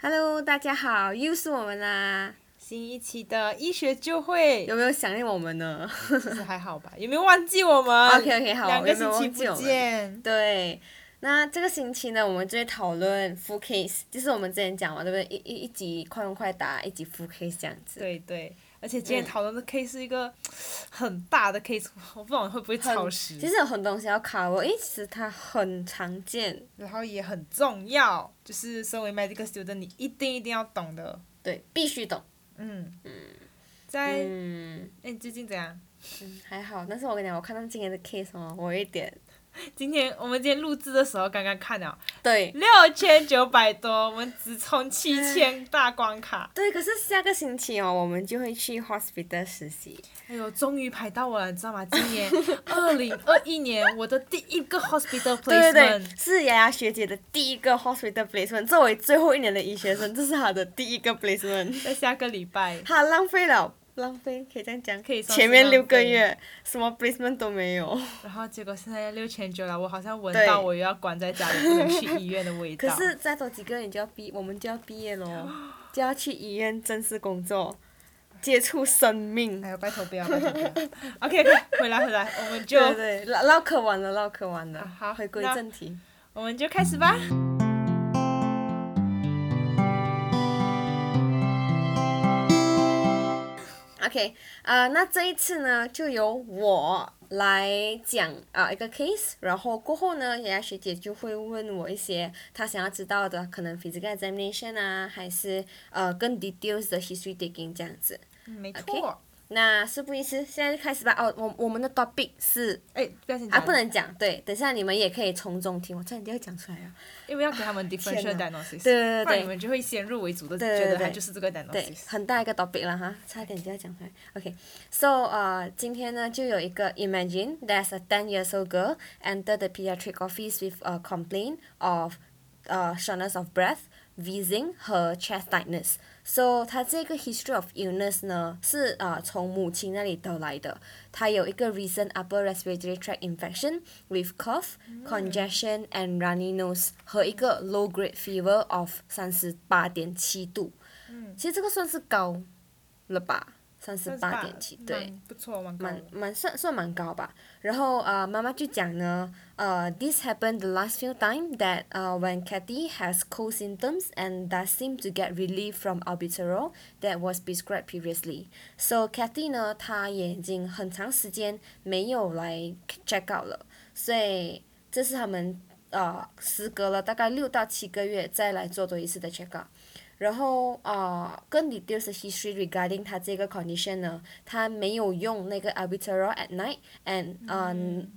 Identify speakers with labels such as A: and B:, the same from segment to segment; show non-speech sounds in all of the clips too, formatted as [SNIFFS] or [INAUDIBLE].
A: Hello，大家好，又是我们啦！
B: 新一期的医学就会，
A: [LAUGHS] 有没有想念我们呢
B: 其实还好吧，有没有忘记
A: [LAUGHS]
B: 我们
A: ？OK OK，好，
B: 啊两
A: 有
B: 个
A: 没有
B: 星期
A: 忘记我
B: 不
A: 们？
B: 见。
A: 对，那这个星期呢，我们就会讨论 full case，就是我们之前讲嘛，对不对？一一一集快问快答，一集 full case 这样子。
B: 对对，而且今天
A: 嗯
B: 讨论的 case 是一个 [SNIFFS] 很大的 case，我不知道你会不会
A: 很
B: 超时
A: 其，实有很多东西要 cover，因为其实它很常见。
B: 然后也很重要，就是身为 medical student，你一定一定要懂的。
A: 对，必须懂。
B: 嗯嗯，在哎、
A: 嗯，
B: 你最近怎样？
A: 嗯还好。但是我跟你讲，我看到今年的 case 哦，我有一点
B: 今天我们今天录制的时候刚刚看了
A: 对
B: 六千九百多，我们直冲七千大关卡。
A: 对，可是下个星期哦，我们就会去 hospital 实习。
B: 哎呦，终于排到我了，你知道吗？今
A: [LAUGHS]
B: 年二零二一年，我的第一个 hospital
A: 对对
B: placement，
A: 对，是雅雅学姐的第一个 hospital placement，作为最后一年的医学生，这是她的第一个 placement，
B: 在下个礼拜。
A: 她浪费了，浪费可以这样讲，
B: 可以算是
A: 前面六个
B: 浪费
A: 月什么 placement 都没
B: [LAUGHS]
A: 有，
B: 然后结果现在六千九了，我好像闻
A: 对
B: 到我又要关在家里，不能去医院的味
A: 可
B: 道。
A: 是再多几个月你就要毕，我们就要毕业咯，就要去医院正式工作，接触生命
B: 哎。呦，拜托不要，拜托不要。OK，回来回来，我们就
A: 对对，对唠唠嗑完了，唠嗑完了，
B: 啊好
A: 回归
B: 那
A: 正题。
B: 我们就开始吧。
A: OK，呃，那这一次呢，就由我来讲啊、呃一个 case，然后过后呢，雅雅学姐就会问我一些她想要知道的，可能 physical examination 啊，还是呃更 details 的 history taking 这样子。
B: 嗯没
A: OK
B: 错。
A: 那事不宜迟，现在就开始吧。哦，我我们的 topic 是
B: 哎，不要紧
A: 啊，
B: 张，
A: 不，能讲，对，等一下你们也可以从中听。我差点就要讲出来了。
B: 因为要给他们
A: 天
B: differential
A: 哪
B: diagnosis，
A: 对对对
B: 不然你们就会先入为主的
A: 对对
B: 觉得
A: 对
B: 它就是这个
A: 对
B: diagnosis，。
A: 很大一个 topic 了哈，差点就要讲出来。OK，so、呃，今天呢就有一个 Imagine there's a ten years old girl entered the pediatric office with a complaint of uh shortness of breath, wheezing, her chest tightness. So 她这个 history of illness 呢是呃从母亲那里得来的，她有一个 recent upper respiratory tract infection with cough, congestion and runny nose 和一个 low grade fever of 三十八点七度。其实这个算是高了吧，嗯三十八点七，对，
B: 蛮不错，蛮高的
A: 蛮蛮算算蛮高吧。然后呃，妈妈就讲呢，呃，this happened the last few time that uh when Kathy has cold symptoms and does seem to get relief from albuterol that was prescribed previously. So Kathy 呢，她也已经很长时间没有来 check out 了，所以这是他们呃时隔了大概六到七个月再来做多一次的 check up。然后呃，更 details 的 history regarding 他这个 condition 呢，他没有用那个 albuterol at night and 呃、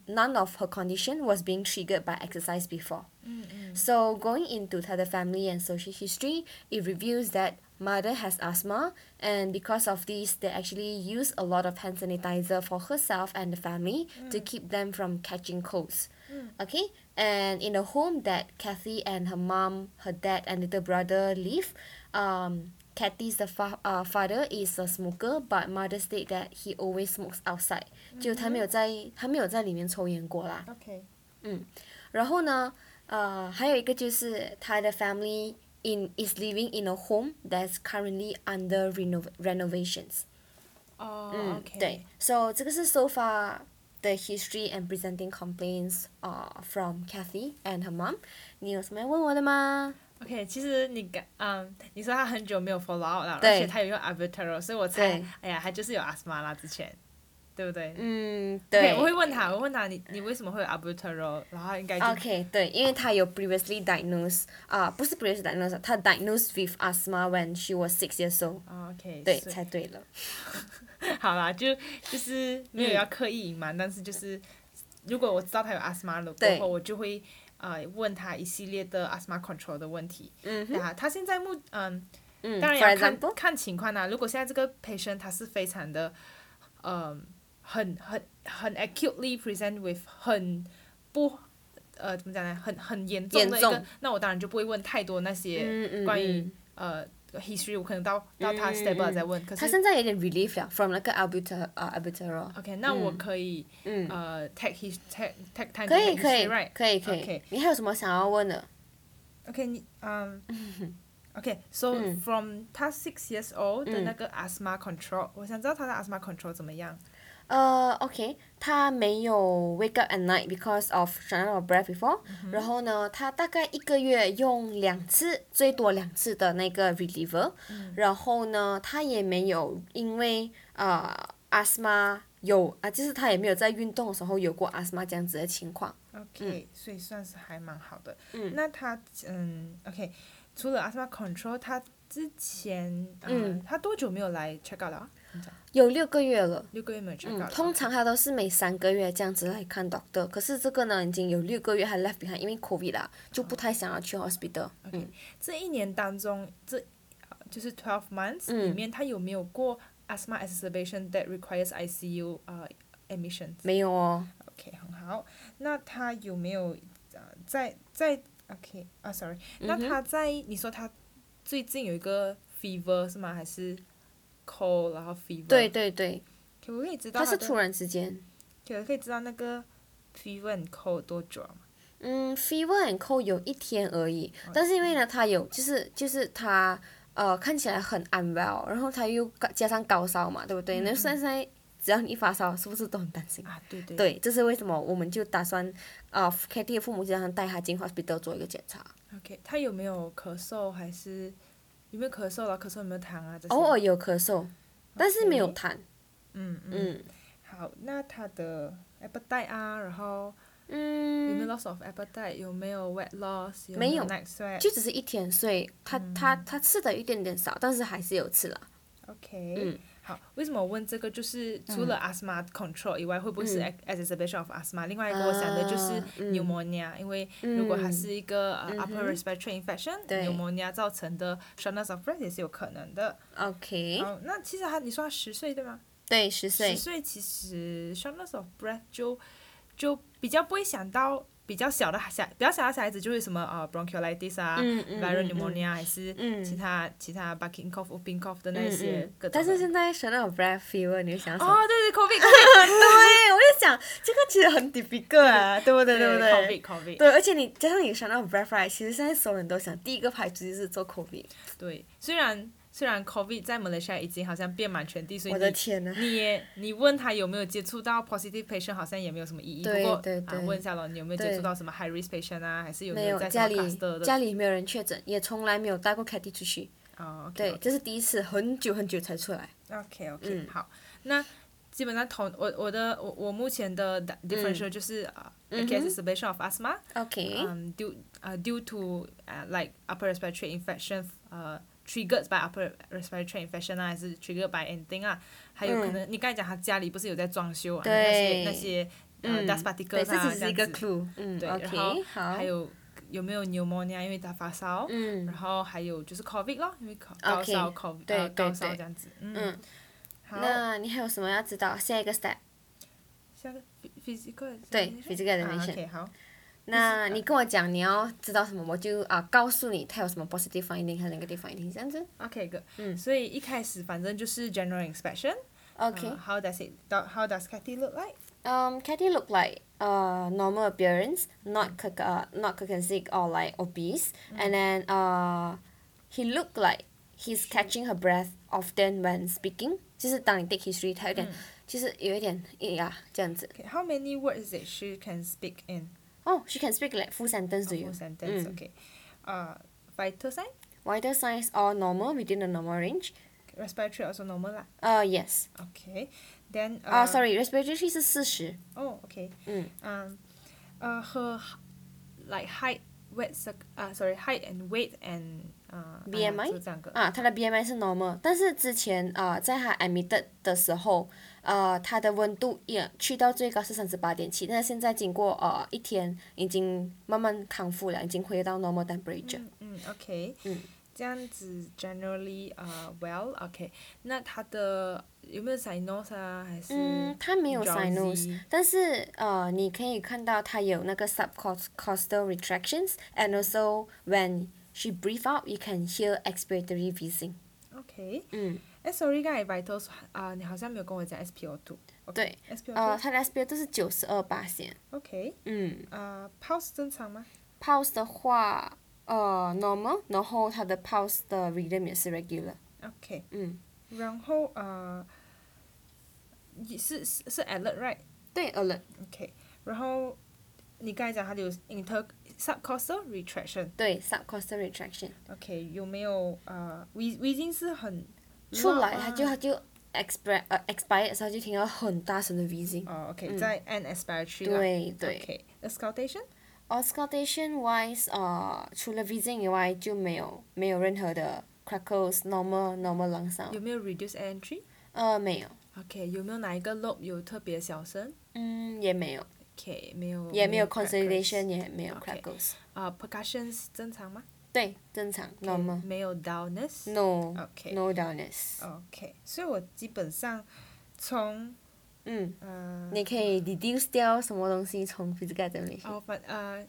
A: none of her condition was being triggered by exercise before.
B: 嗯
A: So going into 她的 family and social history, it reveals that mother has asthma, and because of this, they actually use a lot of hand sanitizer for herself and the family to keep them from catching colds. Okay, and in the home that Kathy and her mom, her dad, and little brother live, um, Kathy's the fa- uh, father is a smoker, but mother state that he always smokes outside. 就他没有在他没有在里面抽烟过啦。
B: OK，
A: 然后呢，呃，还有一个就是他的 family in is living in a home that's currently under renov renovations。
B: 哦，OK，
A: 嗯对，so 这个是 so far the history and presenting complaints 啊、from Kathy and her mom。你有什么要问我的吗？
B: OK，其实你感，嗯，你说他很久没有 follow out 了，而
A: 对
B: 且他有用 albuterol，所以我猜
A: 对，
B: 哎呀，他就是有 asthma 啦，之前，对不对？
A: 嗯，
B: OK，我会问他，我问他，你你为什么会有 albuterol？然后他应该就
A: OK，对，因为她有 previously diagnosed 啊、不是 previously diagnosed，她 diagnosed with asthma when she was six years old。
B: 哦 OK，
A: 对，
B: 所以
A: 猜对了。
B: [LAUGHS] 好啦，就就是没有要刻意隐瞒，但是就是如果我知道他有 asthma 了
A: 嗯对
B: 过后，我就会呃问他一系列的 asthma control 的问题。
A: 嗯哼，
B: 啊，他现在目嗯，
A: 嗯
B: 当然
A: ，for
B: 要看
A: example，
B: 看情况啦、如果现在这个 patient 他是非常的，嗯，很很很 acutely present with 很不呃怎么讲呢，很很严重的一
A: 严
B: 个
A: 重，
B: 那我当然就不会问太多那些、
A: 嗯嗯
B: 关于
A: 嗯
B: 呃 history，我可能到到他
A: 嗯
B: stable 了
A: 嗯
B: 再问。可
A: 他
B: 是
A: 现在有点 relief 了，from 那个 albuter 啊 albuterol。
B: OK，那我可以、
A: 嗯，
B: 呃 take his take take time
A: 可以
B: to
A: 可以
B: take history，right？
A: 可以可以
B: OK。
A: [LAUGHS] 你还有什么想要问的？
B: OK，你嗯 Okay, so
A: 嗯
B: from 他 six years old 的
A: 嗯
B: 那个 asthma control，、我想知道他的 asthma control 怎么样。
A: 呃，OK，他没有 wake up at night because of short of breath before、然后呢，他大概一个月用两次，最多两次的那个 reliever、然后呢，他也没有因为呃 asthma 有啊，就是他也没有在运动的时候有过 asthma 这样子的情况。
B: OK，、所以算是还蛮好的。
A: 嗯
B: 那他嗯，OK，除了 asthma control，他之前、呃、
A: 嗯
B: 他多久没有来 check out 了啊？你讲
A: 有六个月了。
B: 六个月没有 check
A: 嗯
B: out 了。，
A: 通常他都是每三个月这样子来看 doctor，可是这个呢已经有六个月还 left behind，因为 COVID 啦，就不太想要去 hospital。嗯
B: OK，这一年当中，这呃就是 twelve months
A: 嗯
B: 里面，他有没有过 asthma exacerbation that requires ICU 呃 admissions？
A: 没有哦。
B: OK，很好。那他有没有呃，在在 OK 啊，sorry，、那
A: 嗯哼
B: 他在你说他最近有一个 fever 是吗？还是 cold 然后 fever？
A: 对，对对，
B: 可不可以知道
A: 它是
B: 的
A: 突然之间。
B: 可可以知道那个 fever and cold 多久啊？
A: 嗯，fever and cold 有一天而已，
B: 哦
A: 但是因
B: 嗯
A: 为呢，他有就是就是他呃看起来很 unwell，然后他又高加上高烧嘛，对不对？
B: 嗯
A: 那现在只要你一发烧，是不是都很担心？
B: 啊，对对
A: 对，这是为什么我们就打算呃 k t 的父母就打算带他进 hospital 做一个检查，
B: ，OK，他有没有咳嗽还是有没有咳嗽了？咳嗽有没有痰啊？这些哦
A: 偶尔有咳嗽，但是没有
B: OK
A: 痰。
B: 嗯嗯，
A: 嗯
B: 好，那他的 appetite 啊，然后有没有
A: 嗯，
B: loss of appetite？有没有 wet loss？有
A: 没
B: 有
A: 有
B: night sweat？
A: 就只是一天，所以他
B: 嗯
A: 他他吃的一点点少，但是还是有吃了。
B: OK，、
A: 嗯
B: 好，为什么我问这个？就是除了 asthma control 以外，会不会是
A: 嗯
B: exacerbation of asthma？、另外一个我想的就是
A: 啊嗯
B: pneumonia，、因为如果它
A: 嗯
B: 是一个、呃
A: 嗯
B: upper
A: 哼
B: respiratory infection，
A: 对
B: pneumonia 造成的 shortness of breath 也是有可能的。
A: 嗯 OK，
B: 好，那其实他你说他十岁对吗？
A: 对，十
B: 十
A: 岁。
B: 岁其实 shortness of breath 就就比较不会想到比较小的小比较小的小孩子就会什么呃 bronchiolitis 啊、
A: 嗯嗯
B: viral
A: 嗯嗯
B: pneumonia 还是
A: 嗯
B: 其他其他 bucking cough、whooping cough 的那
A: 嗯
B: 些
A: 嗯
B: 各种的。
A: 但是现在选到 Brad Fever，你会想什么？
B: 哦，哎对对，COVID COVID，
A: 对，我就想这个其实很 typical [LAUGHS] 啊，对不对？不对？
B: ？COVID COVID，
A: 对，而且你加上你想到 Brad Fry，其实现在所有人都想第一个排除就是做 COVID。
B: 对，虽然虽然 COVID 在马来西亚已经好像遍满全地，所以
A: 我的
B: 你
A: 天啊呐！
B: 你也你问他有没有接触到 positive patient，好像也没有什么意义。不
A: 对
B: 过
A: 对
B: 啊，
A: 对
B: 问一下咯，你有没有接
A: 对
B: 触到什么 high risk patient 啊？还是有
A: 没
B: 有
A: 有
B: 在什
A: 家
B: 么
A: 里
B: cluster 的？
A: 家里没有人确诊，也从来没有带过 Katy 出去。
B: 哦，OK，
A: 对，这是第一次，很久很久才出来。
B: OK OK，、
A: 嗯
B: 好，那基本上同我我的我我目前的 differential 就是啊、呃 a
A: 嗯
B: c
A: 哼
B: exacerbation of asthma，
A: OK，
B: um due uh due to uh, like upper respiratory infection uh triggered by upper respiratory infection 啊，还是 triggered by anything 啊，还有可能、你刚才讲他家里不是有在装修，还有那些那
A: 对
B: 些呃、
A: 嗯对，
B: dust particles
A: 这只
B: 啊这
A: 是一
B: 样
A: 个
B: 子，
A: clue。嗯
B: 对然后
A: ，OK，好
B: 还。有有没有 pneumonia 因为他发烧，
A: 嗯
B: 然后还有就是 covid 咯，因为高高
A: OK，
B: 烧 covid
A: 对
B: 呃
A: 对
B: 高烧
A: 对
B: 这样子，
A: 嗯，
B: 好，
A: 那你还有什么要知道？下一个 step，
B: 下个 physical
A: 对
B: examination？
A: ，physical
B: 啊
A: examination。
B: ，OK 好。
A: 那你呃跟我讲你要知道什么，我就啊、告诉你它有什么 positive finding 和 negative finding 这样子。
B: OK，good。
A: 嗯
B: 所以一开始反正就是 general inspection。
A: OK，
B: Uh, how does it? do- How does Cathy look like?
A: um, Katy look like uh normal appearance, not cook, uh, not cook and sick or like obese, and then uh, he looked like he's catching her breath often when speaking，就是当你 take history，他有点、就是有一点呀这样子。
B: Okay, how many words is it she can speak in
A: 哦、s h e can speak like full sentence to
B: a
A: you。Mm.
B: whole Oh, sentence?
A: 嗯
B: Okay. Uh, vital sign,
A: Wider signs are normal within the normal range.
B: respiratory also normal lah.
A: Uh, yes.
B: Okay. Then.
A: Uh, sorry, Mm. respiratory 是四十。
B: Oh, okay.
A: 嗯
B: Um, uh, her h- like height, weight, circ- uh, sorry, height and weight and uh,
A: BMI?
B: 就这样个。
A: 啊，他的 BMI 是 normal，但是之前啊、呃在他 admitted 的时候，呃，他的温度也去到最高是三十八点七，但是现在经过呃一天，已经慢慢康复了，已经回到 normal temperature。
B: 嗯嗯，OK，
A: 嗯
B: Mm, 这样子 generally 呃 well，OK，那他的有没有 sinus 啊？还是
A: 嗯，他没有
B: drowsy？
A: sinus，但是呃，你可以看到他有那个 subcostal retractions，and also when she breathe out, you can hear expiratory wheezing。
B: OK，
A: 嗯，
B: 哎，sorry，刚才 vitals 啊、你好像没有跟我讲 SPO two。
A: 对，呃，
B: SPO
A: 他的 SpO2 是九十二八线。
B: two，OK，
A: 嗯
B: 啊，pulse 正常吗？
A: ，pulse 的话，呃 normal，然后他的 pulse 的 rhythm 也是 regular。
B: OK，
A: 嗯，
B: 然后呃，也是是是 alert right？
A: 对 alert，
B: OK，然后你刚才讲它有 inter subcostal retraction。
A: 对 subcostal retraction
B: OK，有没有呃围围巾是很
A: 出来，
B: 乱
A: 他
B: 啊
A: 就他就 expire 呃 expire 的时候就听到很大声的 wheezing。
B: 哦 OK，、
A: 嗯
B: 在 end expiratory 啦
A: 对对
B: OK auscultation
A: ，auscultation wise 呃除了 wheezing 以外就没有没有任何的 crackles normal normal lung
B: 有
A: sound。
B: 没有 reduce entry
A: 呃没有，
B: OK 有没有哪一个 lobe 有特别小声
A: 嗯也没有，
B: OK 没有
A: 也没有
B: crackers
A: consolidation 也没有
B: OK
A: crackles。
B: 啊、percussions 正常吗
A: 对，正常
B: OK，
A: normal。
B: 没有 dullness
A: No
B: OK
A: no dullness。
B: OK 所以我基本上从
A: 嗯，
B: 呃
A: 你可以 deduce 掉什么东西从 physical examination。
B: 哦，反呃，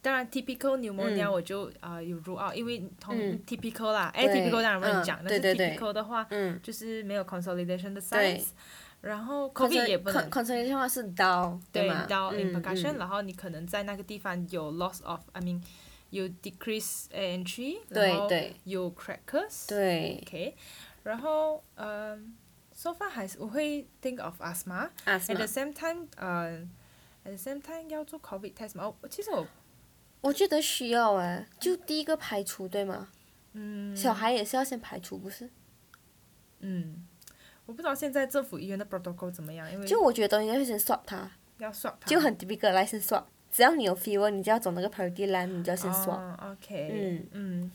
B: 当然 typical pneumonia
A: 嗯
B: 我就啊、呃有 rule out，因为同
A: 嗯
B: typical 啦，哎、
A: 对
B: typical 当然不能
A: 嗯
B: 讲，
A: 对
B: 但
A: 对
B: 是
A: 对
B: typical 的话
A: 嗯。
B: 就是没有 consolidation
A: 对
B: 的 signs，然后
A: Consolid-
B: COVID 也不
A: con-
B: 能
A: consolidation 话是刀，
B: 对
A: 吗？
B: 到
A: 嗯
B: in percussion，、
A: 嗯
B: 然后你可能在那个地方有 loss of，I mean 有 decrease entry，然
A: 对
B: 后
A: 对
B: 有 crackers，
A: 对
B: ，OK，然后嗯、s o far 还是我会 think of asthma。At the
A: ，asthma。
B: same time，呃、a t the same time 要做 COVID test 吗？哦，其实我，
A: 我觉得需要哎，就第一个排除对吗？
B: 嗯，
A: 小孩也是要先排除，不是？
B: 嗯，我不知道现在政府医院的 protocol 怎么样，因为
A: 就我觉得应该是先 swap 它，
B: 要 swab 它
A: 就很 typical 来先 swap。只要你有 fever，你就要走那个 priority line，你就要先 swap。
B: 哦 OK，
A: 嗯
B: 嗯，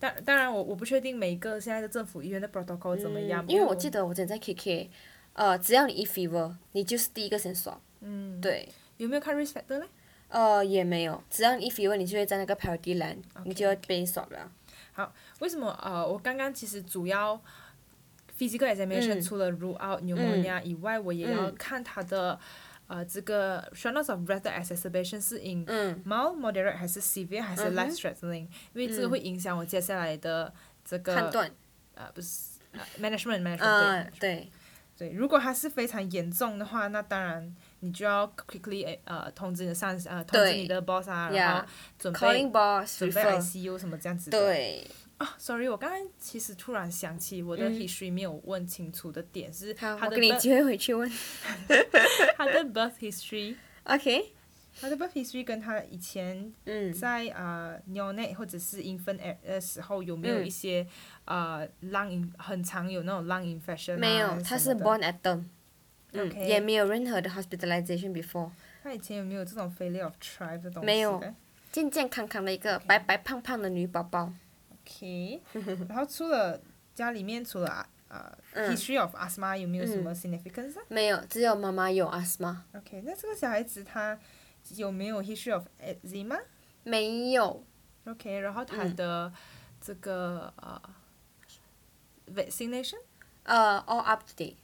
B: 当当然我我不确定每一个现在的政府医院的 protocol 怎么样，
A: 嗯因为我记，得我之前在 KK，呃，只要你一 fever，你就是第一个先 swap。
B: 嗯，，
A: 对，
B: 有没有看 risk factor 呢？
A: 呃，也没有，只要你一 fever，你就会在那个 priority line，你
B: OK，
A: 就要被 swap 了。
B: 为什么呃，我刚刚其实主要 physical examination、
A: 嗯
B: 除了 rule out pneumonia 以外，我也要看它的、呃这个 s h o n o s of breath exacerbation 是 in
A: 嗯
B: mild moderate 还是 severe 还是
A: 嗯哼
B: life threatening，、因为这个
A: 嗯
B: 会影响我接下来的这个
A: 判断，
B: 呃不是、呃、management management 对、
A: 嗯，对，
B: 对，如果它是非常严重的话，那当然你就要 quickly 呃通知你的上司呃通知
A: 对
B: 你的 boss 啊，然
A: Yeah，
B: 后准备
A: calling boss
B: 准备
A: refer
B: ICU 什么这样子的。
A: 对，
B: 啊、s o r r y 我刚刚其实突然想起我的
A: 嗯
B: history 没有问清楚的点是
A: 好，
B: 他
A: 我
B: 的
A: 给你
B: birth-
A: 机会回去问。
B: 他的 birth history，
A: OK，
B: [LAUGHS] 他的 birth history 跟他以前
A: 嗯
B: 在呃 neonate 或者是 infant a- 的时候有没有
A: 嗯
B: 一些、呃 lung in- 很常有那种 lung infection？、啊、
A: 没有，他是
B: 什么的
A: born at term，嗯
B: OK
A: 也没有任何的 hospitalization before，
B: 他以前有没有这种 failure of tribe 这东西的？
A: 没有健健康康的一个白白胖胖的女宝宝。
B: [LAUGHS] OK，然后除了家里面除了啊呃、
A: 嗯
B: history of asthma 有没有什么
A: 嗯
B: significance 啊、
A: 没有，只有妈妈有 asthma，
B: OK，那这个小孩子他有没有 history of eczema？
A: 没有
B: OK，然后它
A: 嗯
B: 的这个、呃 vaccination，
A: 呃 all up to date。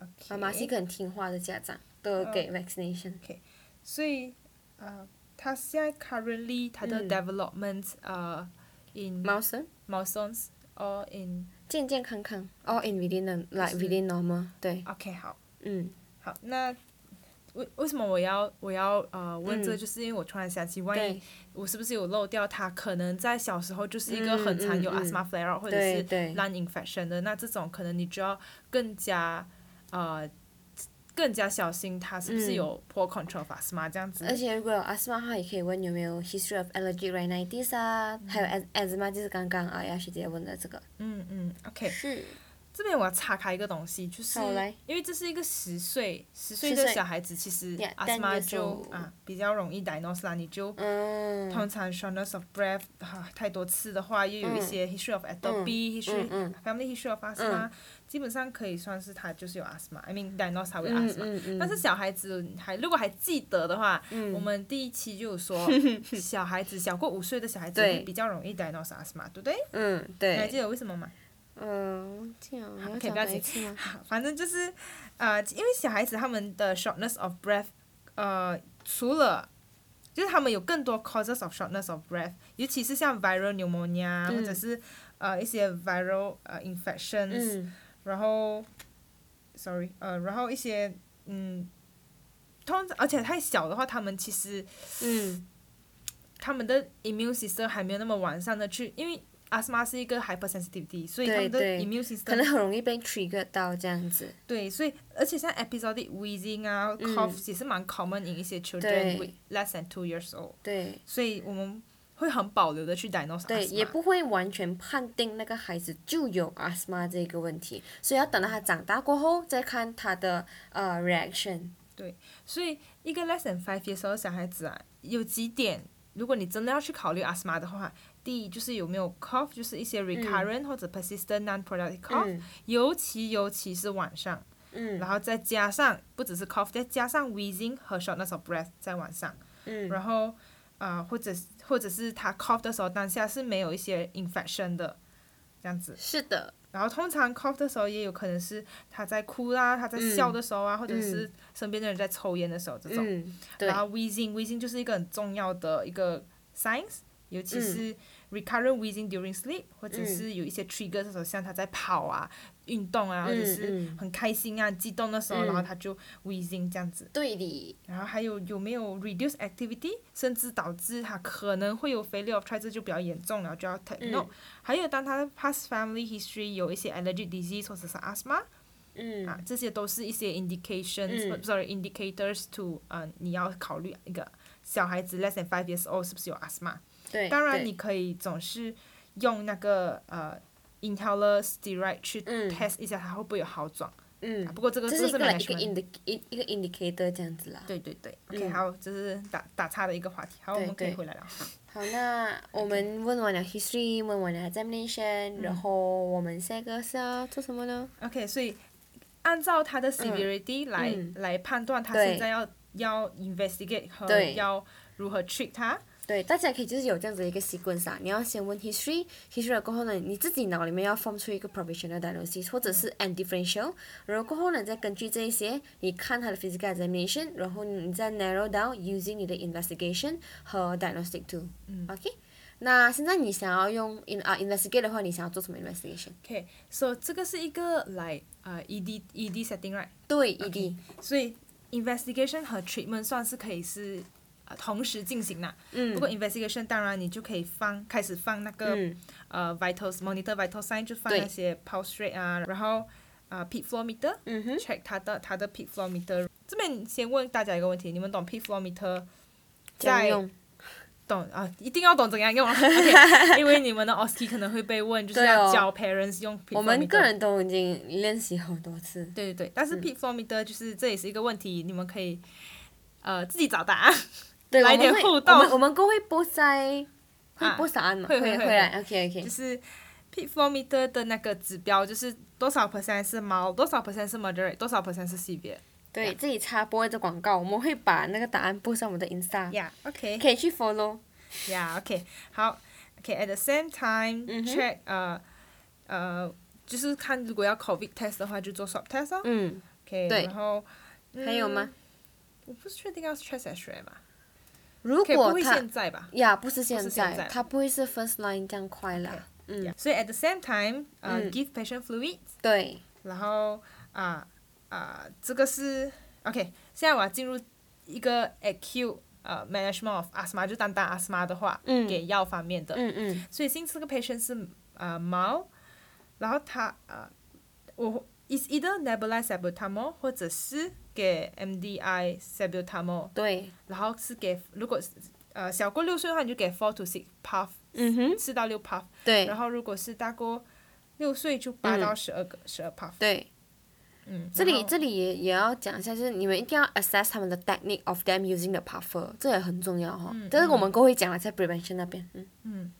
B: OK
A: 妈妈是一个很听话的家长，都
B: 嗯
A: 有给 vaccination。
B: 所以呃，它现在 currently 它的
A: 嗯
B: development、呃 in
A: 毛生
B: milestones or in
A: 健健康康，all in within the like
B: 就是
A: within normal。对，
B: OK 好
A: 嗯
B: 好那。为为什么我要我要呃问这个
A: 嗯
B: 就是因为我突然想起，万一
A: 对
B: 我是不是有漏掉他可能在小时候就是一个
A: 嗯
B: 很常有
A: 嗯嗯
B: asthma flare up 或者
A: 对
B: 是
A: 对
B: lung infection 的，那这种可能你就要更加呃更加小心，它是不是
A: 嗯
B: 有 poor control of asthma 这样子。
A: 而且如果有 asthma 的话，也可以问有没有 history of allergic rhinitis 啊，还有 as- asthma，就是刚刚啊雅学姐问的这个。
B: 嗯嗯，OK，
A: 是。
B: 这边我要岔开一个东西，就是
A: 好来
B: 因为这是一个十岁十
A: 10
B: 岁的
A: 岁
B: 小孩子，其实
A: Yeah，10
B: asthma
A: years
B: 就
A: old
B: 啊比较容易 diagnose 啦，你就。
A: 嗯
B: 通常 shortness of breath 哈、太多次的话，又有一
A: 嗯
B: 些 history of atopy、history、
A: 嗯
B: family history of asthma，、基本上可以算是他就是有 asthma，I mean diagnosed with
A: 嗯
B: asthma、
A: 嗯嗯。
B: 但是小孩子还如果还记得的话，我
A: 嗯，
B: 们第一期就有
A: [LAUGHS]
B: 说小孩子小过五岁的小孩子
A: 对
B: 会比较容易 diagnose asthma，对不对？
A: 嗯
B: 你还记
A: 对。
B: 得为什么吗？
A: 嗯，这样我
B: 好
A: 要
B: 可以
A: 讲
B: 不要
A: 哪
B: 紧
A: 一次吗？
B: 反正就是呃，因为小孩子他们的 shortness of breath，呃，除了就是他们有更多 causes of shortness of breath，尤其是像 viral pneumonia、
A: 嗯
B: 或者是呃一些 viral 呃 infections，、
A: 嗯
B: 然后 sorry 呃，然后一些嗯，通常而且太小的话，他们其实
A: 嗯
B: 他们的 immune system 还没有那么完善的去，因为 asthma 是一个 hypersensitivity，所以他
A: 对
B: 们的
A: 对
B: immune system
A: 可能很容易被 trigger 到这样子。
B: 对，所以而且像 episodic wheezing 啊、cough 也是蛮 common in 一些 children
A: 嗯对
B: with less than two years old，
A: 对
B: 所以我们会很保留的去 diagnose
A: 对，也
B: asthma
A: 不会完全判定那个孩子就有 asthma 这个问题，所以要等到他长大过后再看他的呃 reaction。
B: 所以一个 less than five years old 的小孩子啊，有几点，如果你真的要去考虑 asthma 的话，第一就是有没有 cough，就是一些 recurrent 或者 persistent non-productive cough，、
A: 嗯
B: 尤其尤其是晚上，
A: 嗯
B: 哦然后再加上不只是 cough，再加上 wheezing 和 shortness of breath 在晚上。
A: 嗯
B: 然后啊、呃或者是或者是他 cough 的时候，当下是没有一些 infection 的，这样子。
A: 是的，
B: 然后通常 cough 的时候，也有可能是他在哭啦，他在笑的时候啊，或者是身边的人在抽烟的时候这种。
A: 嗯，对
B: 然，后 wheezing，wheezing 就是一个很重要的一个 signs，尤其
A: 嗯
B: 是 recurrent wheezing during sleep，或者
A: 嗯
B: 是有一些 trigger 的时候，像他在跑啊、运动啊，或者是
A: 嗯嗯，
B: 很开心啊、激动的时候，
A: 嗯
B: 然后他就 wheezing 这样子。
A: 对的，
B: 然后还有有没有 reduce activity，甚至导致他可能会有 failure of try，这就比较严重了，就要
A: 嗯
B: take note、还有当他的 past family history 有一些 allergic disease 或者是 asthma、啊
A: 嗯，，
B: 这些都是一些 indications，、
A: 嗯
B: sorry indicators to 呃你要考虑一个小孩子 less than five years old 是不是有 asthma。
A: 哎对，
B: 当然
A: 对
B: 你可以总是用那个呃 inhaler steroid 去
A: 嗯
B: test 一下它会不会有好转。啊
A: 嗯，
B: 不过这个
A: 这
B: 个
A: 是一
B: 是
A: 个 like 一个
B: management
A: indic 一一个 indicator 这样子啦。
B: 对对对，OK，、
A: 嗯
B: 好，这是打打岔的一个话题，好，我
A: 对
B: 们可以
A: 对
B: 回来了。
A: 好，那我们问完了 history，问完了
B: 嗯
A: examination，、然后我们下一个是要做什么呢？
B: OK，所以按照他的 severity 来、
A: 嗯
B: 来判断他
A: 对
B: 现在要要 investigate 和
A: 对
B: 要如何 treat 他。
A: 对，大家可以就是有这样子的一个 sequence 啊，你要先问 history，history 了过后呢，你自己脑里面要 form 出一个 provisional diagnosis 或者是 and
B: 嗯
A: differential，然后过后呢，再根据这一些，你看他的 physical examination，然后你再 narrow down using 你的 investigation 和 diagnostic tool。
B: 嗯
A: OK，那现在你想要用 in 啊、investigate 的话，你想要做什么 investigation？
B: OK，so、这个是一个来呃 ED ED setting right，
A: 对 E
B: OK
A: ，ED，
B: 所以 investigation 和 treatment 算是可以是。呃同时进行啦。不
A: 嗯
B: 过 investigation 当然你就可以放开始放那个、
A: 嗯
B: 呃 vitals monitor vital sign 就放
A: 对
B: 那些 pulse rate 啊，然后啊、呃 pit flow meter
A: 嗯哼，
B: check 它的它的 pit flow meter。这边先问大家一个问题，你们懂 pit flow meter
A: 这样
B: 在
A: 用，
B: 懂啊？一定要懂怎
A: [LAUGHS]
B: 样用啊，OK，因为你们的 OSCE 可能会被问，就是
A: 对
B: 要
A: 哦
B: 教 parents 用 pit flow meter。
A: 我们个人嗯都已经练习好多次。
B: 对对对，但是 pit flow meter 就是这也是一个问题，你们可以呃自己找答
A: [LAUGHS]
B: 案。
A: 对，
B: 来
A: 我们
B: 点
A: 会
B: 互
A: 我
B: 动
A: 们我们都会播在，会
B: 啊
A: 播答案嘛？
B: 会会
A: 会
B: 会
A: 来，OK
B: 就
A: OK，
B: 是 pit flow meter 的那个指标就是多少 percent 是 mild，多少 percent 是 moderate，多少 percent 是 severe。
A: 对，这里插播一个广告，我们会把那个答案播上我们的 Insta，
B: Yeah，OK。
A: 可以去 follow。
B: Yeah, okay. 好，okay. At the same time,
A: 嗯哼
B: check 呃呃，就是看如果要 COVID test 的话，就做 swab test 哦。
A: 嗯，
B: OK，
A: 对
B: 然后
A: 还有吗？
B: 嗯我不是确定要 stress x-ray 嘛
A: 如
B: ，OK，不
A: 果
B: 会
A: 他
B: 现在吧
A: 呀，不是现
B: 是现
A: 在
B: 在，
A: 他不会是 first line 这样快啦。嗯，
B: ？Yeah. 所以 at the same time，呃
A: 嗯
B: ，give patient fluid，
A: 对，
B: 然后啊啊，这个是 OK。现在我要进入一个 acute 呃 management of asthma，就单单 asthma 的话，
A: 嗯
B: 给药方面的。
A: 嗯嗯
B: 所以新这个 patient 是呃猫，然后他呃我 is either nebulized salbutamol 或者是给 MDI salbutamol，
A: 对，
B: 然后是给如果是呃小过六岁的话，你就给 four to six puff，
A: 嗯哼，
B: 四到六 puff，
A: 对
B: 然后如果是大过六岁就八
A: 嗯
B: 到十二个十二 puff，
A: 对。
B: 嗯，
A: 这
B: 然
A: 里
B: 后
A: 这里也也要讲一下，就是你们一定要 assess 他们的 technique of them using the puffer，这也很重要哈、
B: 嗯
A: 这个我
B: 嗯
A: 们都会讲了，在 prevention 那边。嗯
B: 嗯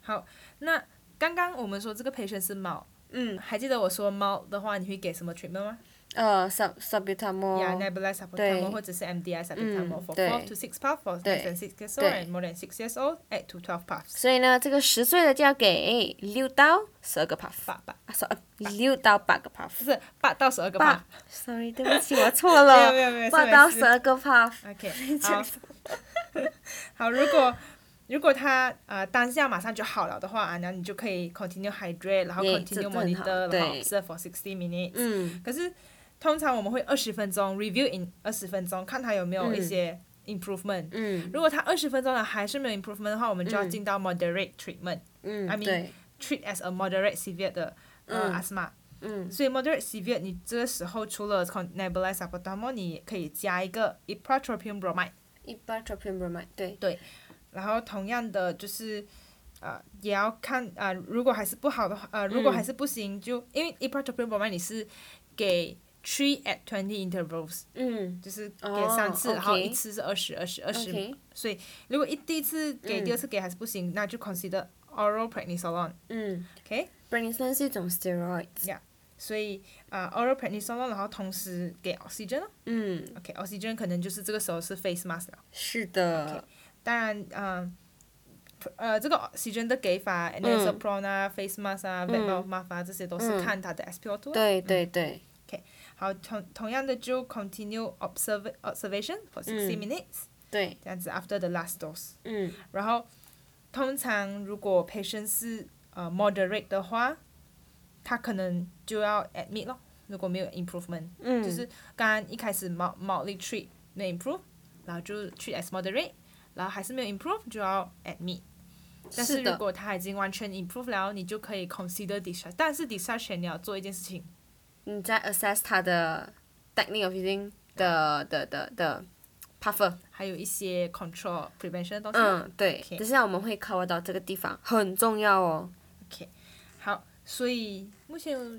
B: 好，那刚刚我们说这个 patient 是猫，
A: 嗯，
B: 还记得我说猫的话，你会给什么 treatment 吗？
A: 呃，sub subutamol。
B: Yeah, nebulized
A: 对
B: salbutamol 或者是 MDI salbutamol
A: 嗯
B: for
A: 对
B: four to six puff for less
A: 对
B: than six years old
A: 对
B: and more than six years old, eight to twelve puffs.
A: 所以呢，这个十岁的就要给六到十二个 puff，
B: 八八
A: 啊，说六到八个 puff。
B: 不是八到十二个
A: 八
B: puff。
A: ，sorry，对不起，我错 [LAUGHS]
B: 没有
A: 了
B: 没，有没有，
A: 八
B: 是
A: 到
B: 没
A: 十
B: 事
A: 二个 puff。 [LAUGHS]
B: OK，好， [LAUGHS] 好，如果如果他呃当下马上就好了的话，啊，那你就可以 continue hydrate，然后
A: Yeah，这
B: continue
A: 这很好
B: monitor，然后
A: 对
B: observe for sixty minutes。
A: 嗯
B: 可是通常我们会二十分钟 review in 二十分钟，看他有没有一些 improvement。
A: 嗯
B: 如果他二十分钟了还是没有 improvement 的话，我们就要进到 moderate treatment，treat
A: 嗯
B: I mean-
A: 对，
B: as a moderate severe 的呃
A: 嗯
B: asthma。
A: 嗯
B: 所以 moderate severe 你这时候除了 con- nebulize salbutamol，你也可以加一个 ipratropium bromide。
A: 一般 t r o p i n bromide 对，
B: 然后同样的就是，呃，也要看啊、呃如果还是不好的话，
A: 嗯
B: 呃，如果还是不行，就因为 ipratropium bromide 你是给 three at twenty intervals，
A: 嗯
B: 就是给
A: 哦
B: 三次，然后
A: OK
B: 一次是二十、二十、二十。
A: ，OK，
B: 所以如果一第一次给，
A: 嗯
B: 第二次给还是不行，那就 consider oral prednisolone。
A: 嗯
B: OK，
A: ，prednisone 是一种 steroid，
B: 所以啊、呃 oral prednisolone，然后同时给 oxygen 咯。
A: 嗯，
B: OK，oxygen、可能就是这个时候是 face mask 了。
A: 是的，
B: 当然，嗯、呃，这个 oxygen 的给法 n a s a p r o n 啊、face mask 啊、v a l v e mask 啊，这些都是
A: 嗯
B: 看它的 SpO2 啊。
A: 对对对，
B: 好，同同样的就 continue observe observation for sixty
A: 嗯
B: minutes，、
A: 对，
B: 这样子 after the last dose。
A: 嗯
B: 然后，通常如果 patient 是呃 moderate 的话，他可能就要 admit 咯。如果没有 improvement，、
A: 嗯，
B: 就是刚刚一开始 mou- mildly treat 没 improve，然后就 treat as moderate，然后还是没有 improve 就要 admit。但是
A: 是
B: 如
A: 的
B: 果他已经完全 improve 了，你就可以 consider discharge。但是 discharge 前你要做一件事情，
A: 你在 assess 它的 technique of using 的的的的 puffer，
B: 还有一些 control prevention 的东西。
A: 嗯，对，
B: OK
A: 等下我们会 cover 到这个地方，很重要哦。
B: 好，所以目前有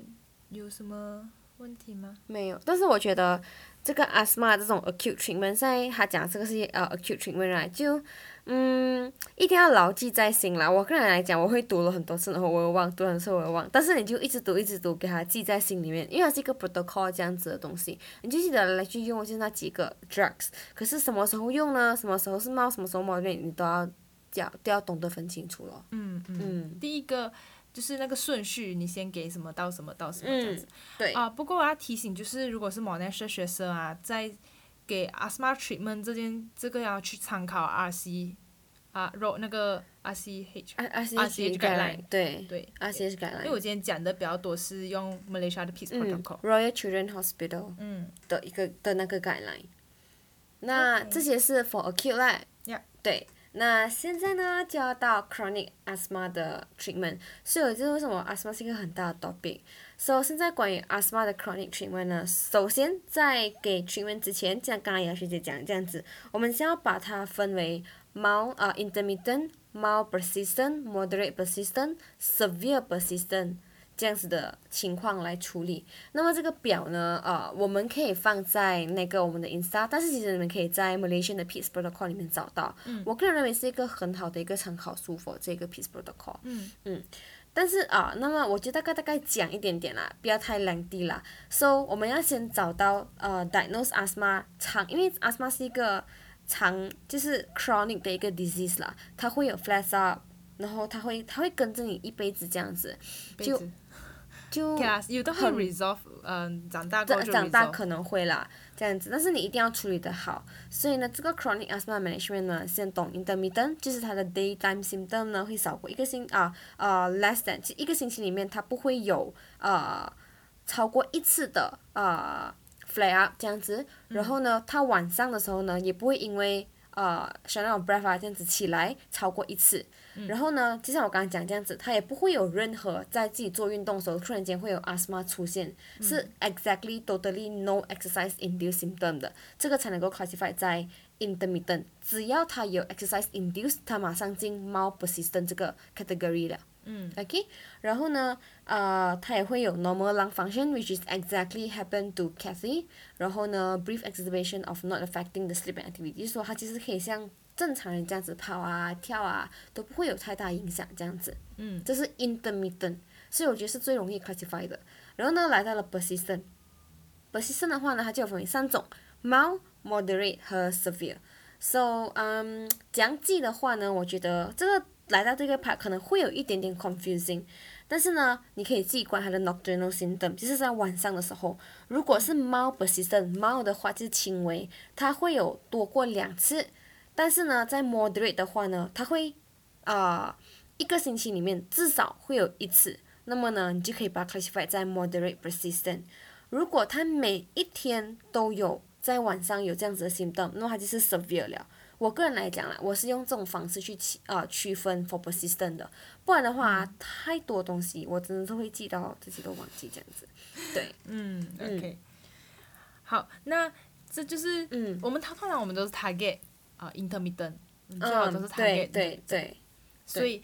B: 有什么问题吗？
A: 没有，但是我觉得这个 asthma 这种 acute treatment，在他讲这个是呃 acute treatment right，就嗯一定要牢记在心啦。我个人来讲，我会读了很多次，然后我又忘，读了很多次我又忘，但是你就一直读一直读，给它记在心里面，因为它是一个 protocol 这样子的东西，你就记得来去用，就是那几个 drugs。可是什么时候用呢？什么时候是冒，什么时候冒昧，你都要要都要懂得分清楚咯。
B: 嗯嗯。
A: 嗯
B: 第一个就是那个顺序，你先给什么到什么到什么这样子。
A: 嗯对
B: 啊、不过我要提醒，就是如果是 Monash 的学生啊，在给 asthma treatment 这件这个要去参考 RC 啊 r o 那个 RCH。
A: ，R R C
B: RCH
A: H
B: guideline
A: 对
B: 对，
A: ，R C H
B: 因为
A: guideline，
B: 我今天讲的比较多是用 Malaysia 的 Peace
A: 嗯
B: Protocol。
A: ，Royal Children Hospital。
B: 嗯
A: 的一个的那个 guideline。那
B: OK
A: 这些是 for acute 啦。
B: Yeah
A: 对，那现在呢就要到 chronic asthma 的 treatment，所以这是为什么 asthma 是一个很大的 topic。So 现在关于 asthma 的 chronic treatment 呢，首先在给 treatment 之前，像刚刚杨学姐讲这样子，我们先要把它分为 mild 啊、intermittent、mild persistent、moderate persistent、severe persistent 这样子的情况来处理。那么这个表呢，呃，我们可以放在那个我们的 Insta，但是其实你们可以在 Malaysian 的 Peace Protocol 里面找到。我个人认为是一个很好的一个参考书 for 这个 Peace Protocol。
B: 嗯
A: 但是啊、那么我就大概大概讲一点点啦，不要太 lengthy 啦。So 我们要先找到呃 diagnose asthma 长，因为 asthma 是一个长就是 chronic 的一个 disease 啦，它会有 flash up，然后它会它会跟着你一辈子这样子，
B: 杯
A: 就
B: 子
A: 就
B: OK 啦，有的会
A: 很
B: resolve，嗯、长大过
A: 这
B: 后就
A: 长大
B: resolve。
A: 可能会啦，这样子，但是你一定要处理得好。所以呢，这个 chronic asthma management 呢，先懂 intermittent，就是它的 daytime symptom 呢会少过一个星啊呃 less than，其实一个星期里面它不会有呃超过一次的呃 flare up 这样子。然后呢，它晚上的时候呢，也不会因为呃 s h a n of breath 啊这样子起来超过一次。然后呢，就像我刚刚讲这样子，它也不会有任何在自己做运动的时候突然间会有 asthma 出现，是 exactly totally no exercise induced symptom 的，这个才能够 classify 在 intermittent。只要它有 exercise induced，它马上进 mild persistent 这个 category 了。
B: 嗯
A: OK，然后呢，呃，它也会有 normal lung function，which is exactly happened to Kathy。然后呢，brief exacerbation of not affecting the sleep and activity，就是说它其实可以像正常人这样子跑啊、跳啊，都不会有太大影响这样子。
B: 嗯
A: 这是 intermittent，所以我觉得是最容易 classify 的。然后呢，来到了 persistent。persistent 的话呢，它就有分为三种：mild、moderate 和 severe。So，嗯、讲记的话呢，我觉得这个来到这个 part 可能会有一点点 confusing，但是呢，你可以自己观察它的 nocturnal symptom，就是在晚上的时候，如果是 mild persistent mild 的话就是轻微，它会有多过两次，但是呢，在 moderate 的话呢，它会啊、呃一个星期里面至少会有一次，那么呢，你就可以把它 classify 在 moderate persistent。如果它每一天都有在晚上有这样子的 symptom，那么它就是 severe 了。我个人来讲啦，我是用这种方式去区呃区分 for persistent 的，不然的话、
B: 嗯
A: 太多东西我真的是会记到自己都忘记这样子。对，
B: 嗯，OK，好，那这就是
A: 嗯
B: 我们通通常我们都是 target 啊、intermittent，嗯最好都是
A: 嗯，对
B: target，、
A: 对对，
B: 所以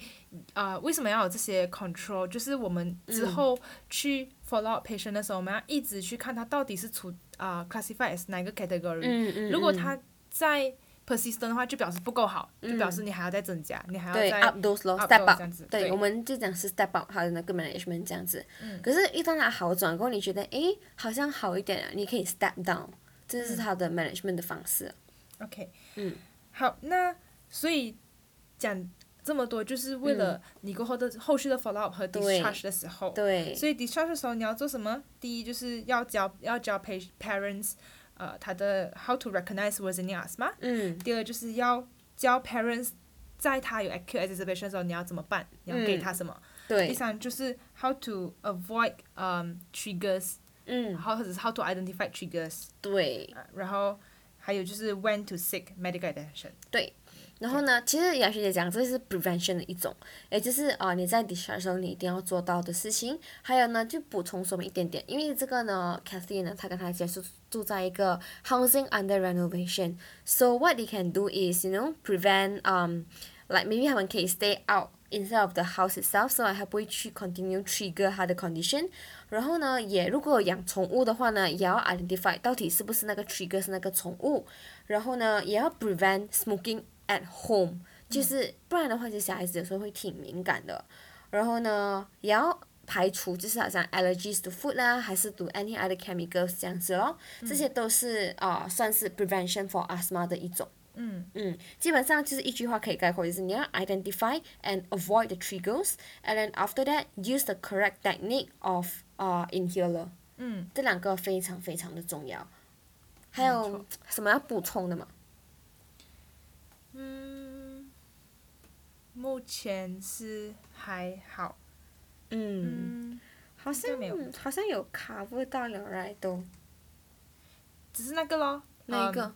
B: 啊、为什么要有这些 control？就是我们之
A: 嗯
B: 后去 follow up patient 的时候，我们要一直去看他到底是处啊、classify as 哪一个 category。
A: 嗯嗯，
B: 如果
A: 嗯
B: 他在 persistent 的话，就表示不够好，就表
A: 嗯
B: 示你还要再增加，你还要
A: 对
B: 再
A: up those 咯
B: up
A: step
B: dose
A: up
B: 这样子
A: 对，
B: 对
A: 我们就讲是 step up 还有那个 management 这样子。
B: 嗯
A: 可是遇到它好转过后，你觉得诶好像好一点了，啊你可以 step down，这
B: 嗯
A: 就是它的 management 的方式。
B: 哦 OK，
A: 嗯，
B: 好，那所以讲这么多，就是为了你过后的后续的 follow up 和
A: 嗯对
B: discharge 的时候，
A: 对，
B: 所以 discharge 的时候你要做什么？第一就是要教要教 pa parents，呃，他的 how to recognize worsening asthma。
A: 嗯
B: 第二就是要教 parents，在他有 acute exacerbation 的时候你要怎么办？你要给他什么？第
A: 嗯对，
B: 三就是 how to avoid 嗯 triggers，
A: 嗯
B: 或者是 how to identify triggers，
A: 对
B: 呃然后还有就是 when to seek medical attention。
A: 对。然后呢，其实雅学姐讲，这是 prevention 的一种，也就是啊、呃你在 discharge 的时候你一定要做到的事情。还有呢，就补充说明一点点，因为这个呢 c a t h y 呢，她跟她姐是住在一个 housing under renovation。So what they can do is, you know, prevent um, like maybe 他们可以 stay out inside of the house itself, so 还不会去 continue trigger 他的 condition。然后呢，也如果有养宠物的话呢，也要 identify 到底是不是那个 trigger 是那个宠物。然后呢，也要 prevent smoking at
B: 嗯
A: home，就是不然的话，其实小孩子有时候会挺敏感的。然后呢，也要排除就是好像 allergies to food 啦，还是 to any other chemicals 这样子咯，
B: 嗯
A: 这些都是啊、呃算是 prevention for asthma 的一种。
B: 嗯。
A: 嗯，基本上就是一句话可以概括，就是你要 identify and avoid the triggers，and then after that use the correct technique of 啊、uh, inhaler。
B: 嗯，
A: 这两个非常非常的重要。还
B: 没
A: 有
B: 错
A: 什么要补充的吗？
B: 嗯，目前是还好，
A: 嗯，
B: 嗯，
A: 好像
B: 应该没有
A: 好像有 cover 到了 right 都
B: 只是那个咯，
A: 那一
B: 嗯
A: 个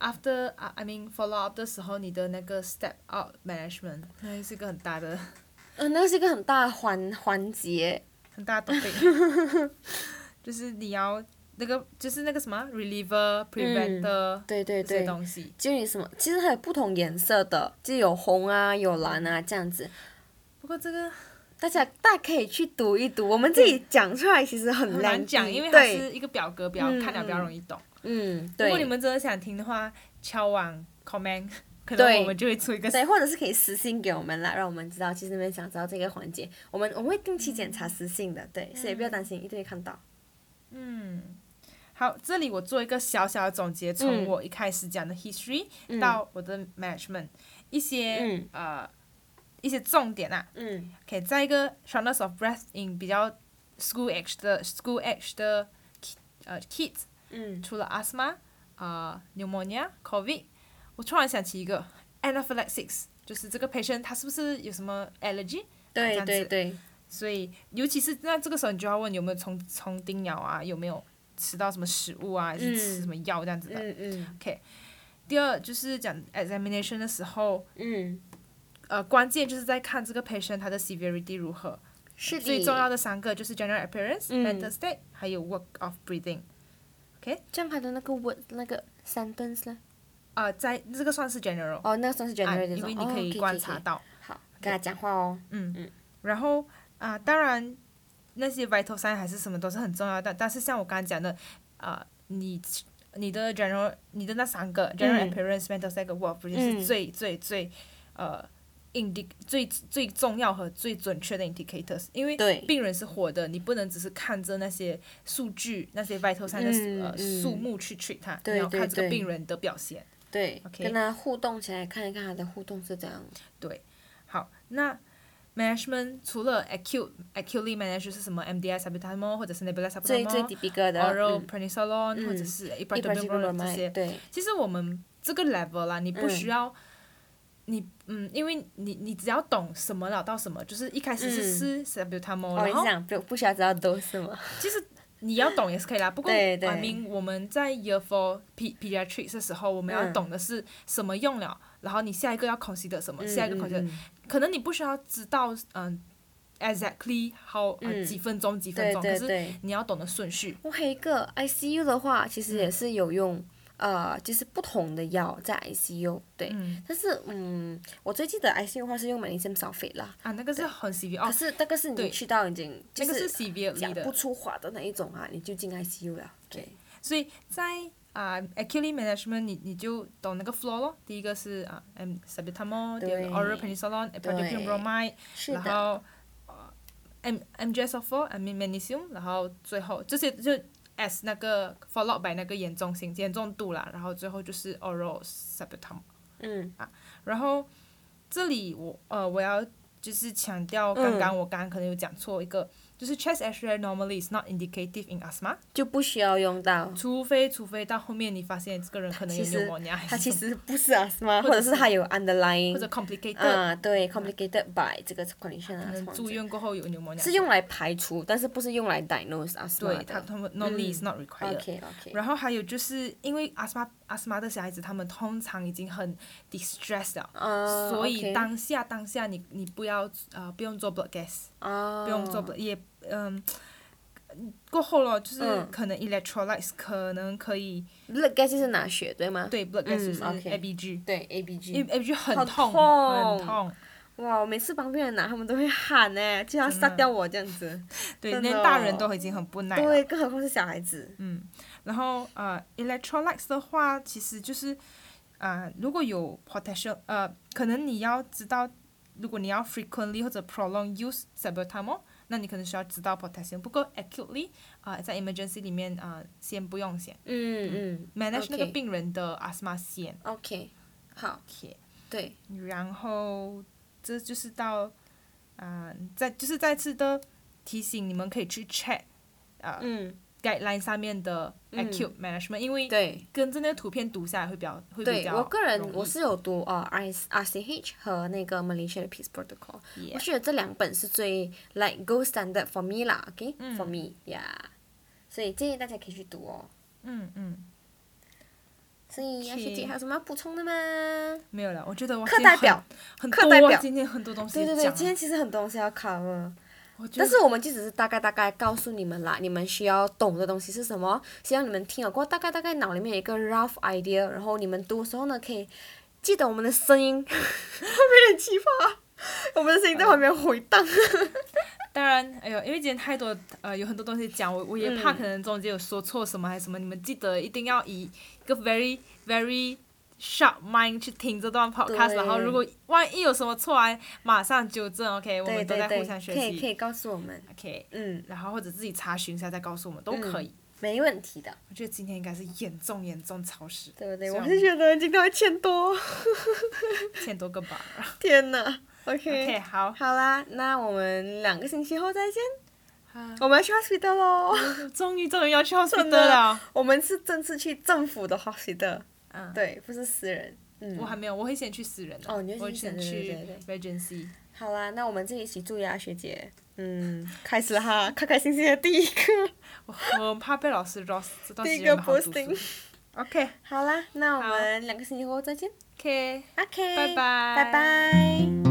B: after 啊，I mean follow up 的时候，你的那个 step out management 那也是一个很大的 [LAUGHS]
A: 嗯，那是一个很大的环环节。
B: 很大的 topic，就是你要那个就是那个什么啊 reliever、preventer
A: 对对
B: 这些
A: 嗯对，
B: 东西，
A: 就有什么，其实还有不同颜色的，就有红啊，有蓝
B: 嗯
A: 啊这样子。
B: 不过这个
A: 大家大家可以去读一读，我们自己讲出来其实
B: 很
A: 很
B: 哦难讲，
A: lengthy，
B: 因为它
A: 对，
B: 是一个表格，比较
A: 嗯
B: 看了比较
A: 嗯
B: 容易懂。
A: 嗯，
B: 如
A: 对，
B: 果你们真的想听的话，敲完 comment，可
A: 对
B: 能我们就会出一个
A: 对，或者是可以私信给我们啦，让我们知道其实你们想知道这个环节，我们我们会定期检查私信的，对，所以不要担心，一定会看到。
B: 嗯，好，这里我做一个小小的总结，
A: 嗯
B: 从我一开始讲的 history
A: 嗯
B: 到我的 management，、一些、
A: 嗯
B: 呃一些重点啊。
A: 嗯
B: OK，在一个 shortness of breath in 比较 school age 的 school age 的 ki- 呃 kids，
A: 嗯
B: 除了 asthma，呃 pneumonia、covid，我突然想起一个 anaphylaxis，就是这个 patient 他是不是有什么 allergy？这啊
A: 对
B: 样
A: 对
B: 子
A: 对，
B: 所以，尤其是那这个时候，你就要问有没有虫虫叮咬啊，有没有吃到什么食物啊，还是吃什么药这样子的。
A: 嗯嗯
B: OK，第二就是讲 examination 的时候，
A: 嗯，
B: 呃，关键就是在看这个 patient 他的 severity 如何。
A: 是的。
B: 最重要的三个就是 general appearance、
A: 嗯
B: mental state，还有 work of breathing。
A: 这样它的那个 word 那个 sentence 呢？
B: 啊，在这个算是 general，
A: 哦，那个算是 general
B: 啊，
A: 的那
B: 因
A: 种，
B: 为你
A: 哦
B: 可以观察。到。
A: 可以可以好，跟他讲话哦。
B: 嗯，
A: 嗯
B: 嗯，然后啊、当然那些 vital sign 还是什么都是很重要的，但是像我刚刚讲的，啊、你你的 general 你的那三个 general
A: 嗯
B: appearance、mental state 和 work 不就
A: 嗯
B: 是最最最呃 indic 最最重要和最准确的 indicators，因为
A: 对
B: 病人是活的，你不能只是看着那些数据那些 vital sign 的、
A: 嗯
B: 呃
A: 嗯
B: 数目去 treat 它，
A: 对
B: 你要
A: 对
B: 看这
A: 对
B: 个病人的表现。
A: 对
B: OK
A: 跟他互动起来，看一看他的互动是怎样。
B: 对，好，那 management 除了 acute acutely manage 是什么 MDI salbutamol 或者是 nebula
A: 最最
B: salbutamol、
A: 底比个的，
B: oral
A: 嗯，
B: prednisolone、
A: 嗯
B: 或者是
A: 一般是
B: ipratropium 这些，
A: 对，
B: 其实我们这个 level 啦，你不
A: 嗯
B: 需要、你嗯，因为你你只要懂什么了到什么，就是一开始
A: 嗯
B: 是是 salbutamol，、
A: 哦，
B: 然
A: 你
B: 后
A: 想不不需要知道都是吗？
B: 其实你要懂也是可以啦。不过
A: 对对
B: I mean 我们在 Year Four P Pediatrics 的时候，我们要
A: 嗯
B: 懂的是什么用了，然后你下一个要 consider 什么，下一个
A: 嗯
B: consider，、
A: 嗯
B: 可能你不需要知道嗯、exactly how 呃、
A: 嗯
B: 几分钟几分
A: 对
B: 钟，
A: 对
B: 可是
A: 对。
B: 你要懂得顺序。
A: 我还有一个 ICU 的话，其实也是有用，呃，就是不同的药在 ICU 对。
B: 嗯
A: 但是，嗯，我最记得 ICU 的话是用马尼森少菲啦，
B: 啊，那个是很 severe，
A: 可
B: 哦，
A: 是那个是你
B: 对
A: 去到已经就
B: 那个是
A: 是
B: severely
A: 讲
B: 的
A: 不。出话的那一种啊，你就进 ICU 了。对，
B: 所以在啊、acutely management，你你就懂那个 flow 咯。第一个是啊、嗯 salbutamol，第二
A: 对
B: 个 oral penicillin，p e n i c i l l i n
A: 对
B: bromide，
A: 是
B: 然
A: 的，
B: 后呃 m MGSO4、m m a g n e s i u m 然后最后这些就 as 那个 follow by 那个严重性严重度啦，然后最后就是 oral salbutamol。
A: 嗯
B: 然后这里我呃我要就是强调，刚
A: 嗯
B: 刚我刚刚可能有讲错一个，就是 chest X-ray normally is not indicative in asthma。
A: 就不需要用到。
B: 除非除非到后面你发现这个人可能有
A: 其实
B: 牛膜炎，
A: 它其实不是 asthma，或
B: 或者
A: 者是它有
B: 或者
A: underlying，
B: complicated，
A: 啊，对，complicated by 这个 condition
B: 可
A: 啊什
B: 能
A: 么
B: 住
A: 之类
B: 院过后有牛膜
A: 的，
B: 炎，
A: 是用来排除，但是不是用来 diagnose 啊 asthma
B: 对
A: 的。
B: 他
A: 嗯
B: 他们 normally is not required。
A: OK OK，
B: 然后还有就是因为 asthma asthma 的小孩子，他们通常已经很 distressed 了。
A: 啊，
B: 所
A: OK
B: 以当下当下你你不要呃不用做 blood gas，、
A: 哦，
B: 不用做 blood 也嗯过后了就是
A: 嗯
B: 可能 electrolytes 可能可以
A: blood gas 是拿血对吗？
B: 对 blood gas
A: 嗯
B: 就是
A: OK
B: ABG，、
A: 对
B: 因
A: ABG。
B: 为 ABG 很
A: 很
B: 痛
A: 痛
B: 很痛，
A: 哇，我每次帮病人拿，他们都会喊哎，就要
B: 真
A: 杀
B: 的
A: 掉我这样子。
B: 对
A: 真的
B: 连大人
A: 哦
B: 都已经很不耐了。
A: 对，更何况是小孩子。
B: 嗯，然后呃，electrolytes 的话，其实就是啊、呃如果有 potassium，呃，可能你要知道，如果你要 frequently 或者 prolong use salbutamol，那你可能需要知道 potassium。不过 acutely 啊、呃在 emergency 里面啊、呃先不用先
A: 嗯嗯
B: manage 那个
A: OK
B: 病人的 asthma 先。
A: ，OK，好，
B: OK，
A: 对，
B: 然后这就是到啊、呃再就是再次的提醒你们可以去 check 啊、
A: 嗯，
B: guideline 上面的
A: 嗯
B: acute management，、因为
A: 对。
B: 跟着那个图片读下来会比较会比
A: 对
B: 较
A: 我个人
B: 容易
A: 我是有读呃 I R C H 和那个 Malaysia 的 Peace Protocol，我
B: Yeah
A: 觉得这两本是最 like gold standard for me 啦
B: 嗯
A: ，OK，for me，yeah，所以建议大家可以去读哦。
B: 嗯嗯
A: 所以要
B: OK
A: 学姐还有什么要补充的吗？
B: 没有了，我觉得我
A: 课
B: 今天
A: 代表
B: 很
A: 课
B: 很
A: 代
B: 多，
A: 表
B: 今天很多东西
A: 对对对，
B: 讲啊
A: 今天其实很多东西要 cover，
B: 我觉得
A: 但是我们就只是大概大概告诉你们啦，你们需要懂的东西是什么，希望你们听了过后大概大概脑里面有一个 rough idea，然后你们读的时候呢，可以记得我们的声 [LAUGHS] 音，会不会有点奇葩？我们的声音在旁边回荡。
B: 当然，哎呦，因为今天太多呃有很多东西讲，我我也怕
A: 嗯
B: 可能中间有说错什么还是什么，你们记得一定要以一个 very very sharp mind 去听这段 podcast，
A: 对
B: 然后如果万一有什么错啊，马上纠正，OK，我
A: [LAUGHS] 对
B: 们都
A: 对
B: 在
A: 对，
B: 互相学
A: 可以可
B: 习
A: 以告诉我们，
B: ，OK，
A: 嗯，
B: 然后或者自己查询一下再告诉我们都
A: 嗯
B: 可以。
A: 没问题的，
B: 我觉得今天应该是严重严重超时，
A: 对不对？
B: 虽
A: 我
B: 然
A: 还是觉得今天会欠多， [LAUGHS]
B: 欠多个吧。
A: 天哪 OK，,
B: OK，好，
A: [LAUGHS] 好啦，那我们两个星期后再见，我们要去 hospital 喽。
B: 终于终于要去 hospital
A: 真的
B: 了。
A: 我们是正式去政府的 hospital，
B: 嗯，
A: 对，不是私人。嗯
B: 我，还没有，我会先去私人的。
A: 哦你会
B: 我会
A: 先
B: 先
A: 去私人
B: 去
A: 对
B: regency。
A: 好啦，那我们这里一起祝呀，学姐。嗯，开始了哈，开开心心的第一个，
B: 我很怕被老师 lost 这段
A: 第
B: 时
A: 一
B: 间
A: 个
B: 不好读
A: posting
B: 书。。OK
A: 好啦，那我
B: 好
A: 们两个星期后再见。
B: OK，
A: OK，
B: 拜拜
A: 拜拜。